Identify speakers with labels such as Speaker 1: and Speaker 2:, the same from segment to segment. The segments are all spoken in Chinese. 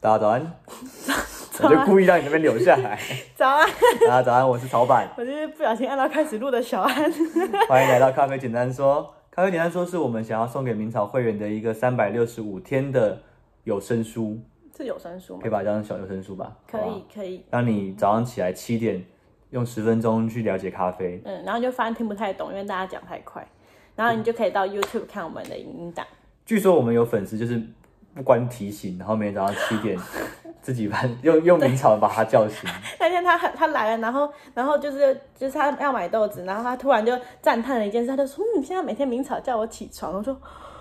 Speaker 1: 大家早 安，我就故意让你那边留下来。
Speaker 2: 早安，
Speaker 1: 大家早安，我是曹板，
Speaker 2: 我就是不小心按到开始录的小安。
Speaker 1: 欢迎来到咖啡简单说。咖啡简单说是我们想要送给明朝会员的一个三百六十五天的有声书，
Speaker 2: 是有声书吗
Speaker 1: 可以？把它当成小有声书吧？
Speaker 2: 可
Speaker 1: 好
Speaker 2: 以
Speaker 1: 吧，
Speaker 2: 可以。
Speaker 1: 让你早上起来七点用十分钟去了解咖啡。
Speaker 2: 嗯，然后就发现听不太懂，因为大家讲太快。然后你就可以到 YouTube 看我们的影音档。
Speaker 1: 据说我们有粉丝就是不关提醒，然后每天早上七 点自己把用用明朝把他叫醒。
Speaker 2: 那天他他来了，然后然后就是就是他要买豆子，然后他突然就赞叹了一件事，他就说：“嗯，现在每天明草叫我起床。”我说：“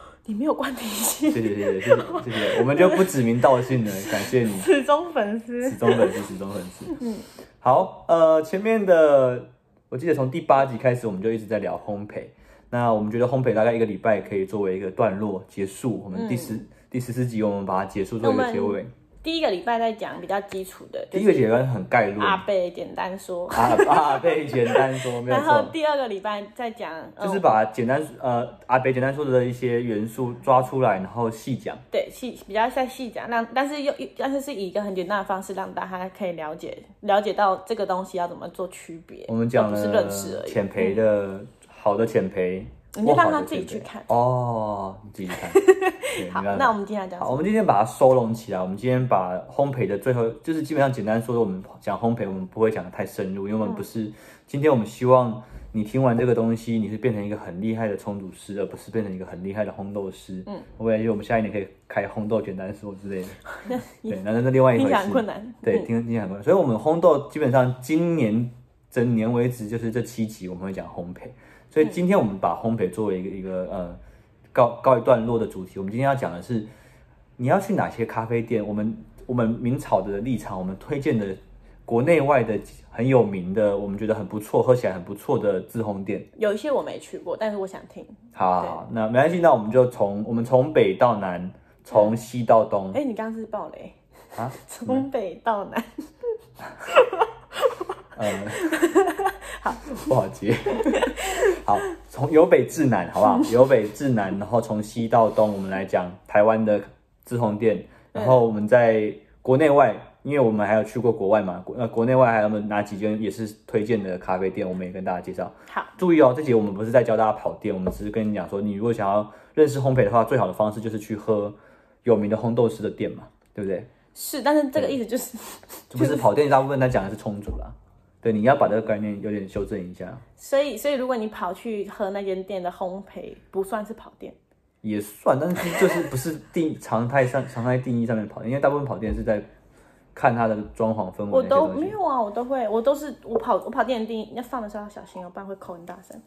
Speaker 2: 你没有关提
Speaker 1: 谢
Speaker 2: 醒，
Speaker 1: 谢谢谢谢谢谢谢，我们就不指名道姓了，感谢你。
Speaker 2: 始终粉丝
Speaker 1: 始。终粉丝，始终粉丝。嗯，好，呃，前面的我记得从第八集开始，我们就一直在聊烘焙。那我们觉得烘焙大概一个礼拜可以作为一个段落结束。我
Speaker 2: 嗯
Speaker 1: 们第十、第十四集，我们把它结束做一个结尾。
Speaker 2: 第一个礼拜在讲比较基础的，就
Speaker 1: 第一个
Speaker 2: 是
Speaker 1: 阶段很概论，
Speaker 2: 阿
Speaker 1: 啊
Speaker 2: 贝简单说，
Speaker 1: 啊，被简单说没有
Speaker 2: 然后嗯
Speaker 1: 错，
Speaker 2: 第二个礼拜再讲，嗯
Speaker 1: 就是把简单呃阿北简单说的一些元素抓出来，然后细讲。
Speaker 2: 对，细比较再细讲，让但是又又但是是以一个很简单的方式，让大家可以了解了解到这个东西要怎么做区别。
Speaker 1: 我们讲
Speaker 2: 而不是
Speaker 1: 了
Speaker 2: 认识而已，嗯
Speaker 1: 浅培的好的浅培，
Speaker 2: 你
Speaker 1: 不
Speaker 2: 就
Speaker 1: 好
Speaker 2: 让他
Speaker 1: 的
Speaker 2: 自己
Speaker 1: 浅培
Speaker 2: 去看
Speaker 1: 哦，你自己去 看。对没
Speaker 2: 好，
Speaker 1: 办法
Speaker 2: 那我们今天要讲什
Speaker 1: 好，
Speaker 2: 么，
Speaker 1: 我们今天把它收拢起来。我们今天把烘焙的最后，就是基本上简单说，我们讲烘焙，我们不会讲的太深入，因为我们不是。今天我们希望你听完这个东西，你是变成一个很厉害的冲煮师，而不是变成一个很厉害的烘豆师。嗯，我感觉我们下一年可以开烘豆简单说之类的。对， 那那是另外一回
Speaker 2: 听
Speaker 1: 事。
Speaker 2: 起来很困难。嗯
Speaker 1: 对，听听起来很快。所以，我们烘豆基本上今年整年为止，就是这七集我们会讲烘焙。所以今天我们把烘焙作为一个一个呃告告一段落的主题。我们今天要讲的是你要去哪些咖啡店？我们我们明草的立场，我们推荐的国内外的很有名的，我们觉得很不错，喝起来很不错的自烘店。
Speaker 2: 有一些我没去过，但是我想听。
Speaker 1: 好，好好那没关系，那我们就从我们从北到南，从西到东。
Speaker 2: 哎，你刚刚是爆雷
Speaker 1: 嗯啊？
Speaker 2: 从北到南，
Speaker 1: 呃，好，不好接。 好，从由北至南，好不好？由北至南，然后从西到东，我们来讲台湾的自红店。然后
Speaker 2: 嗯
Speaker 1: 我们在国内外，因为我们还有去过国外嘛，国呃国内外还有哪几间也是推荐的咖啡店，我们也跟大家介绍。
Speaker 2: 好，
Speaker 1: 注意哦，这集我们不是在教大家跑店，我们只是跟你讲说，你如果想要认识烘焙的话，最好的方式就是去喝有名的烘豆师的店嘛，对不对？
Speaker 2: 是，但是这个意思就是
Speaker 1: 不是跑店，大部分他讲的是冲煮啦。对，你要把这个概念有点修正一下。
Speaker 2: 所以，所以如果你跑去喝那间店的烘焙，不算是跑店。
Speaker 1: 也算，但是就是 不是定常态上常态定义上面跑，因为大部分跑店是在看它的装潢氛围那
Speaker 2: 我
Speaker 1: 些
Speaker 2: 都
Speaker 1: 东
Speaker 2: 没
Speaker 1: 西。
Speaker 2: 有啊，我都会，我都是我跑我跑电梯，要放的时候要小心哦，不然会扣很大声。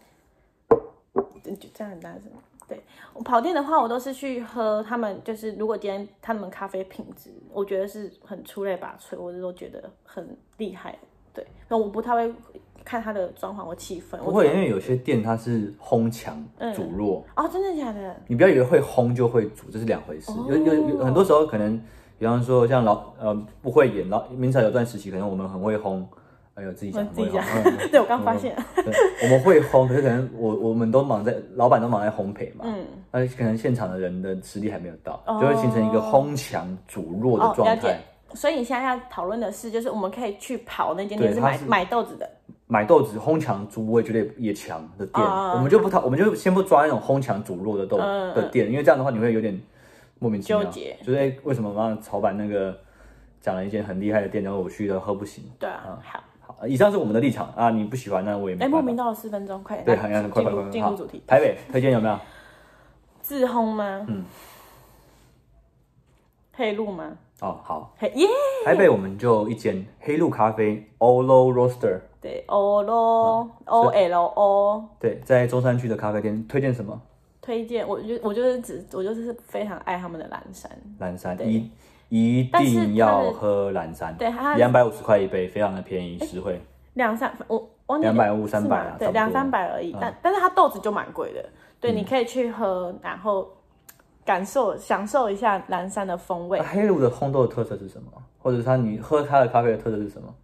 Speaker 2: 对就这样很大声。对我跑店的话，我都是去喝他们，就是如果今天他们咖啡品质，我觉得是很出类拔萃，我都觉得很厉害。对，那我不太会看它的装潢或气氛。
Speaker 1: 不
Speaker 2: 我
Speaker 1: 会，
Speaker 2: 只
Speaker 1: 因为有些店它是烘强煮弱，
Speaker 2: 哦，真的假的？
Speaker 1: 你不要以为会烘就会煮，这是两回事。
Speaker 2: 哦
Speaker 1: 有有有很多时候可能，比方说像老呃不会演老明朝有段时期，可能我们很会烘，哎呦自己
Speaker 2: 我
Speaker 1: 讲很
Speaker 2: 自
Speaker 1: 会
Speaker 2: 己
Speaker 1: 烘
Speaker 2: 讲，
Speaker 1: 嗯，
Speaker 2: 对我刚发现，
Speaker 1: 对，我们会烘，可是可能我我们都忙在，老板都忙在烘焙嘛，嗯，而且可能现场的人的实力还没有到，就会形成一个烘强煮弱的
Speaker 2: 哦，了
Speaker 1: 状态。
Speaker 2: 解。所以你现在要讨论的是，就是我们可以去跑那间
Speaker 1: 对
Speaker 2: 店，是
Speaker 1: 它
Speaker 2: 买
Speaker 1: 是
Speaker 2: 买豆子的。
Speaker 1: 买豆子烘强煮，我也觉得也强的店，
Speaker 2: 哦
Speaker 1: 我们就不讨，我们就先不抓那种烘强煮弱的豆、
Speaker 2: 嗯嗯
Speaker 1: 的店，因为这样的话你会有点莫名其妙，
Speaker 2: 纠结
Speaker 1: 就是、哎为什么让曹板那个讲了一间很厉害的店，然后我去了喝不行。
Speaker 2: 对啊，好。
Speaker 1: 好，以上是我们的立场啊，你不喜欢那我也没
Speaker 2: 哎，
Speaker 1: 办
Speaker 2: 莫
Speaker 1: 法。
Speaker 2: 名到了四分钟，快点，
Speaker 1: 对，
Speaker 2: 来
Speaker 1: 好像快
Speaker 2: 进
Speaker 1: 快
Speaker 2: 入
Speaker 1: 快快，
Speaker 2: 进
Speaker 1: 好
Speaker 2: 入主题，，
Speaker 1: 台北推荐有没有？
Speaker 2: 自烘吗？嗯，配露吗？
Speaker 1: 哦，好。
Speaker 2: 嘿耶，
Speaker 1: 台北我们就一间黑鹿咖啡 Olo Roaster，
Speaker 2: 对，O 咯，O
Speaker 1: 嗯
Speaker 2: L O，
Speaker 1: 对，在中山区的咖啡店，推荐什么？
Speaker 2: 推荐我就我就是只我就是非常爱他们的蓝山，
Speaker 1: 蓝山
Speaker 2: 对
Speaker 1: 一一
Speaker 2: 但是它
Speaker 1: 定
Speaker 2: 的
Speaker 1: 要喝蓝山，
Speaker 2: 对它
Speaker 1: 两百五十块一杯，非常的便宜实惠。
Speaker 2: 两三我忘记
Speaker 1: 250
Speaker 2: 是
Speaker 1: 300
Speaker 2: 吗
Speaker 1: 啊差不
Speaker 2: 对，
Speaker 1: 多嗯
Speaker 2: 两三百而已，但但是它豆子就蛮贵的，对，你可以去喝，然后感受享受一下蓝山的风味
Speaker 1: 那。黑鹿的烘豆的特色是什么？或者是它你喝它的咖啡的特色是什么？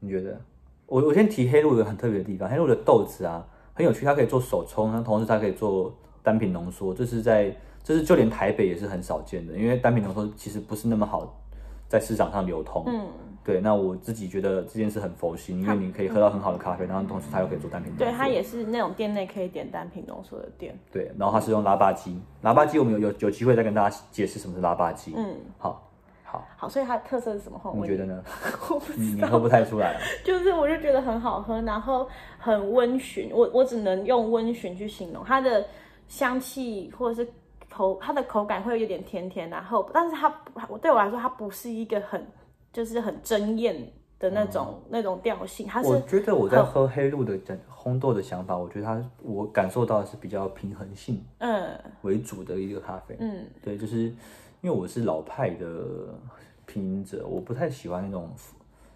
Speaker 1: 你觉得？我我先提黑鹿有个很特别的地方，黑鹿的豆子啊很有趣，它可以做手冲，那同时它可以做单品浓缩，这是在就是就连台北也是很少见的，因为单品浓缩其实不是那么好在市场上流通。
Speaker 2: 嗯，
Speaker 1: 对，那我自己觉得这件事很佛心，因为你可以喝到很好的咖啡，然后同时它又可以做单品浓缩。
Speaker 2: 对，它也是那种店内可以点单品浓缩的店。
Speaker 1: 对，然后它是用拉霸机，拉霸机我们有有有机会再跟大家解释什么是拉霸机。
Speaker 2: 嗯，
Speaker 1: 好，好，
Speaker 2: 好，所以它的特色是什么？
Speaker 1: 你觉得？呢？
Speaker 2: 我不
Speaker 1: 你
Speaker 2: 知
Speaker 1: 你
Speaker 2: 道
Speaker 1: 喝不太出 来啊，
Speaker 2: 就是我就觉得很好喝，然后很温驯，我我只能用温驯去形容它的香气或者是口，它的口感会有点甜甜，然后但是它我对我来说它不是一个很就是很争艳的那种、那种调性，它
Speaker 1: 嗯我
Speaker 2: 是
Speaker 1: 觉得我在喝黑鹿的整烘豆的想法，我觉得它我感受到的是比较平衡性
Speaker 2: 嗯
Speaker 1: 为主的一个咖啡。
Speaker 2: 嗯
Speaker 1: 对，就是因为我是老派的品饮者，我不太喜欢那种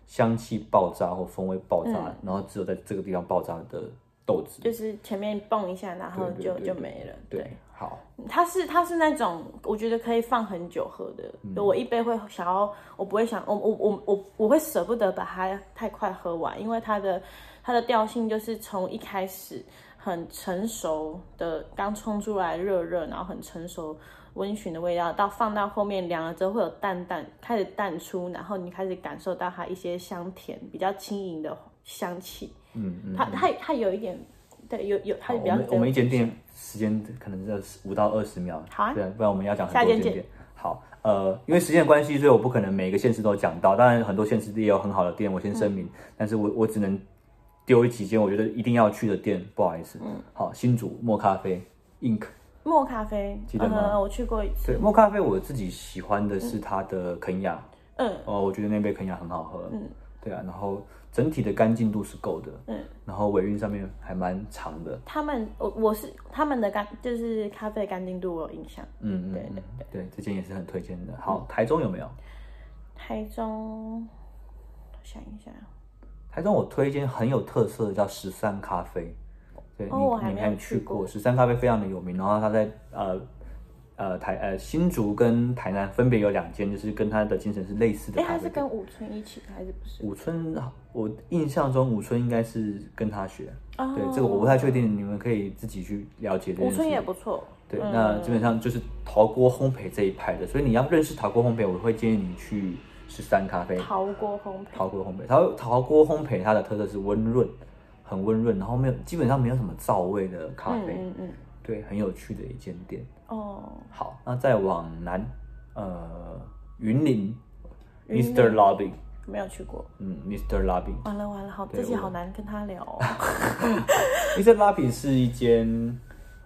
Speaker 1: 香气爆炸或风味爆炸，
Speaker 2: 嗯
Speaker 1: 然后只有在这个地方爆炸的豆子。
Speaker 2: 就是前面蹦一下，然后
Speaker 1: 对对
Speaker 2: 就
Speaker 1: 对
Speaker 2: 就没了，
Speaker 1: 对，好，
Speaker 2: 它是它是那种我觉得可以放很久喝的，
Speaker 1: 嗯
Speaker 2: 就我一杯会想要，我不会想我我我我我会舍不得把它太快喝完，因为它的它的调性就是从一开始很成熟的刚冲出来热热，然后很成熟温驯的味道，到放到后面凉了之后会有淡淡开始淡出，然后你开始感受到它一些香甜比较轻盈的香气，
Speaker 1: 嗯嗯。
Speaker 2: 它它它有一点对有有它
Speaker 1: 好
Speaker 2: 比
Speaker 1: 我
Speaker 2: 较
Speaker 1: 们我们一间店时间可能在五到二十秒，
Speaker 2: 好啊
Speaker 1: 对，不然我们要讲
Speaker 2: 下
Speaker 1: 很
Speaker 2: 一
Speaker 1: 多
Speaker 2: 间
Speaker 1: 间店。好，呃，因为时间的关系，所以我不可能每一个县市都讲到。当然，很多县市也有很好的店，我先声
Speaker 2: 嗯
Speaker 1: 明，但是我我只能丢一几间我觉得一定要去的店，不好意思。嗯，好，新竹墨咖啡 Ink，
Speaker 2: 莫咖啡，
Speaker 1: 记得吗
Speaker 2: 呃，我去过一次。
Speaker 1: 对，墨咖啡我自己喜欢的是它的肯雅，
Speaker 2: 嗯，
Speaker 1: 哦，我觉得那杯肯雅很好喝。嗯，对啊，然后整体的干净度是够的。
Speaker 2: 嗯，
Speaker 1: 然后尾韵上面还蛮长的。
Speaker 2: 他们我我是他们的干就是咖啡的干净度我有印象。
Speaker 1: 嗯，嗯
Speaker 2: 对嗯
Speaker 1: 嗯对，这间也是很推荐的。好，台中有没有？
Speaker 2: 台中，我想一下，
Speaker 1: 台中我推荐很有特色的叫十三咖啡，对、
Speaker 2: 哦我还
Speaker 1: 你你
Speaker 2: 没
Speaker 1: 应
Speaker 2: 有
Speaker 1: 该
Speaker 2: 去
Speaker 1: 去
Speaker 2: 过
Speaker 1: 过，十三咖啡非常的有名，然后它在呃呃台呃新竹跟台南分别有两间，就是跟它的精神是类似的
Speaker 2: 哎，
Speaker 1: 咖
Speaker 2: 他
Speaker 1: 啡
Speaker 2: 是
Speaker 1: 店。
Speaker 2: 跟五村一起的还是不是？
Speaker 1: 五村，我印象中五村应该是跟他学，
Speaker 2: 哦
Speaker 1: 对这个我不太确定，你们可以自己去了解这
Speaker 2: 五
Speaker 1: 件事
Speaker 2: 村。也不嗯错。
Speaker 1: 对，那基本上就是陶锅烘焙这一派的，所以你要认识陶锅烘焙，我会建议你去十三咖啡。
Speaker 2: 陶锅烘焙，
Speaker 1: 陶锅烘焙，陶陶锅烘焙它的特色是温润，很温润，然后没有基本上没有什么燥味的咖
Speaker 2: 嗯
Speaker 1: 啡，
Speaker 2: 嗯嗯，
Speaker 1: 对，很有趣的一间店。
Speaker 2: 哦，
Speaker 1: 好，那再往南，呃，云林
Speaker 2: 云林
Speaker 1: ，Mr. Lobby，
Speaker 2: 没有去过。
Speaker 1: 嗯，Mr. Lobby，Mr.
Speaker 2: 完了完了，好，这集好难跟他 聊哦。
Speaker 1: Lobby 是一间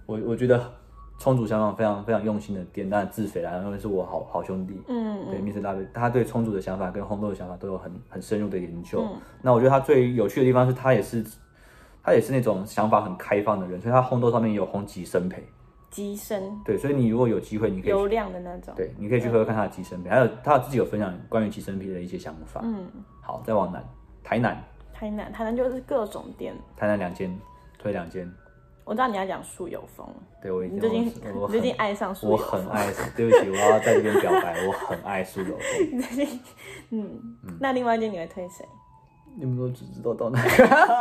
Speaker 1: 我我觉得冲煮香港非常非常用心的店，但自肥啦，因为是我好好兄弟，
Speaker 2: 嗯
Speaker 1: 对，Mr. W，他对充足的想法跟烘豆的想法都有很很深入的研究。
Speaker 2: 嗯
Speaker 1: 那我觉得他最有趣的地方是他也是他也是那种想法很开放的人，所以他烘豆上面也有烘即生焙。
Speaker 2: 机身
Speaker 1: 对，所以你如果有机会，你可以
Speaker 2: 油量的那种。
Speaker 1: 对，你可以去喝喝看他的即生焙，还有他自己有分享关于即生焙的一些想法。
Speaker 2: 嗯，
Speaker 1: 好，再往南，台南，
Speaker 2: 台南台南就是各种店，
Speaker 1: 台南两间，推两间。
Speaker 2: 我知道你要讲树油风，
Speaker 1: 对我已经
Speaker 2: 你最近
Speaker 1: 我我
Speaker 2: 你最近
Speaker 1: 很
Speaker 2: 爱上树
Speaker 1: 我
Speaker 2: 油风
Speaker 1: 很 爱，对不起，我要在这边表白，我很爱苏有风。
Speaker 2: 嗯，那另外一间你会推谁？
Speaker 1: 你们都只知道到南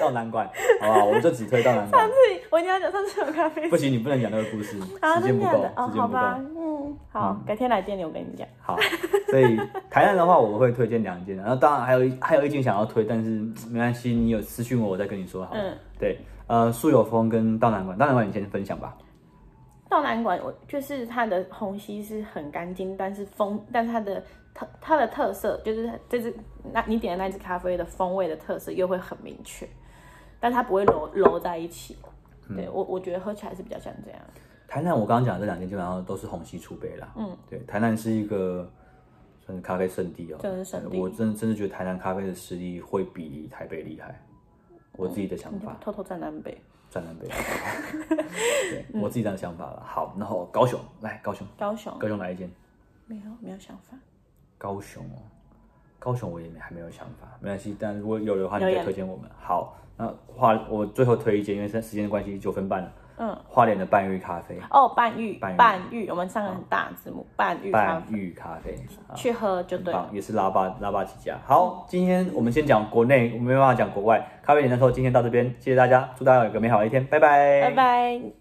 Speaker 1: 到南关，好不好？我们就只推到南关
Speaker 2: 上。次我一定要讲上次有咖啡
Speaker 1: 不行，你不能讲那个故事，嗯
Speaker 2: 啊，
Speaker 1: 时间
Speaker 2: 真
Speaker 1: 不
Speaker 2: 的假
Speaker 1: 够，
Speaker 2: 的？哦，
Speaker 1: 时间
Speaker 2: 好
Speaker 1: 不
Speaker 2: 吧
Speaker 1: 够。，
Speaker 2: 嗯，好，改天来店里我跟你讲。
Speaker 1: 好，所以台南的话，我会推荐两间，然后当然还有一还有一间想要推，但是嗯没关系，你有私信我，我再跟你说好了。
Speaker 2: 嗯
Speaker 1: 对，呃，素有风跟道南馆，道南馆你先分享吧。
Speaker 2: 到南馆，我就是它的虹吸是很干净，但是风，但是它的特它的特色就是这支那你点的那支咖啡的风味的特色又会很明确，但它不会揉揉在一起。
Speaker 1: 嗯
Speaker 2: 对我，我觉得喝起来是比较像这样。
Speaker 1: 台南我刚刚讲的这两间基本上都是虹吸出杯啦。嗯，对，台南是一个算是咖啡圣地哦，
Speaker 2: 真的是圣地
Speaker 1: 我真真的觉得台南咖啡的实力会比台北厉害，我自己的想
Speaker 2: 你就
Speaker 1: 法，
Speaker 2: 偷偷在南北，
Speaker 1: 占 南北。对，我自己这样的想法了。好，然后高雄，来高雄，
Speaker 2: 高雄
Speaker 1: 高雄来一间。
Speaker 2: 没有没有想法，
Speaker 1: 高雄哦，高雄我也没还没有想法，没关系。但如果有的话，你
Speaker 2: 有
Speaker 1: 再
Speaker 2: 呀
Speaker 1: 推荐我们。好，那花我最后推一间，因为现在时间的关系九分半了。
Speaker 2: 嗯，
Speaker 1: 花莲的半玉咖啡，
Speaker 2: 哦，半玉
Speaker 1: 嗯半玉
Speaker 2: 半玉，我们上个很大的字幕半玉咖
Speaker 1: 半
Speaker 2: 啡，
Speaker 1: 玉咖啡啊，
Speaker 2: 去喝就
Speaker 1: 很
Speaker 2: 对了。
Speaker 1: 棒，也是拉巴拉巴起家。好，今天我们先讲国内，我们没办法讲国外。咖啡点的时候，今天到这边，谢谢大家，祝大家有个美好的一天，拜拜，
Speaker 2: 拜拜。